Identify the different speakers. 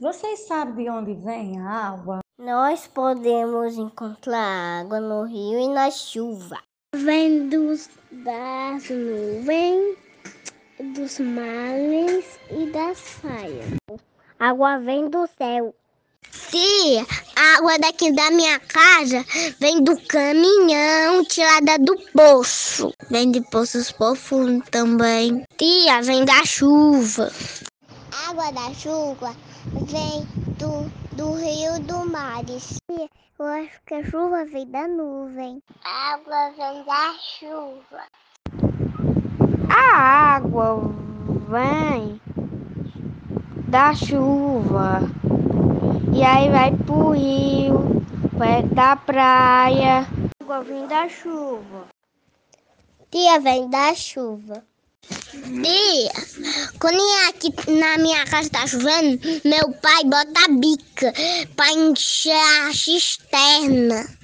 Speaker 1: Vocês sabem de onde vem a água?
Speaker 2: Nós podemos encontrar água no rio e na chuva.
Speaker 3: Vem dos, das nuvens, dos mares e das saias.
Speaker 2: Água vem do céu.
Speaker 3: Tia, a água daqui da minha casa vem do caminhão tirada do poço. Vem de poços profundos também. Tia, vem da chuva.
Speaker 4: A água da chuva vem do, do rio do mares.
Speaker 5: Eu acho que a chuva vem da nuvem.
Speaker 4: A água vem da chuva.
Speaker 2: A água vem da chuva. E aí vai pro rio, vai da praia. A água vem da chuva.
Speaker 4: Tia vem da chuva.
Speaker 3: Tia, quando aqui na minha casa tá chovendo, meu pai bota a bica pra encher a cisterna.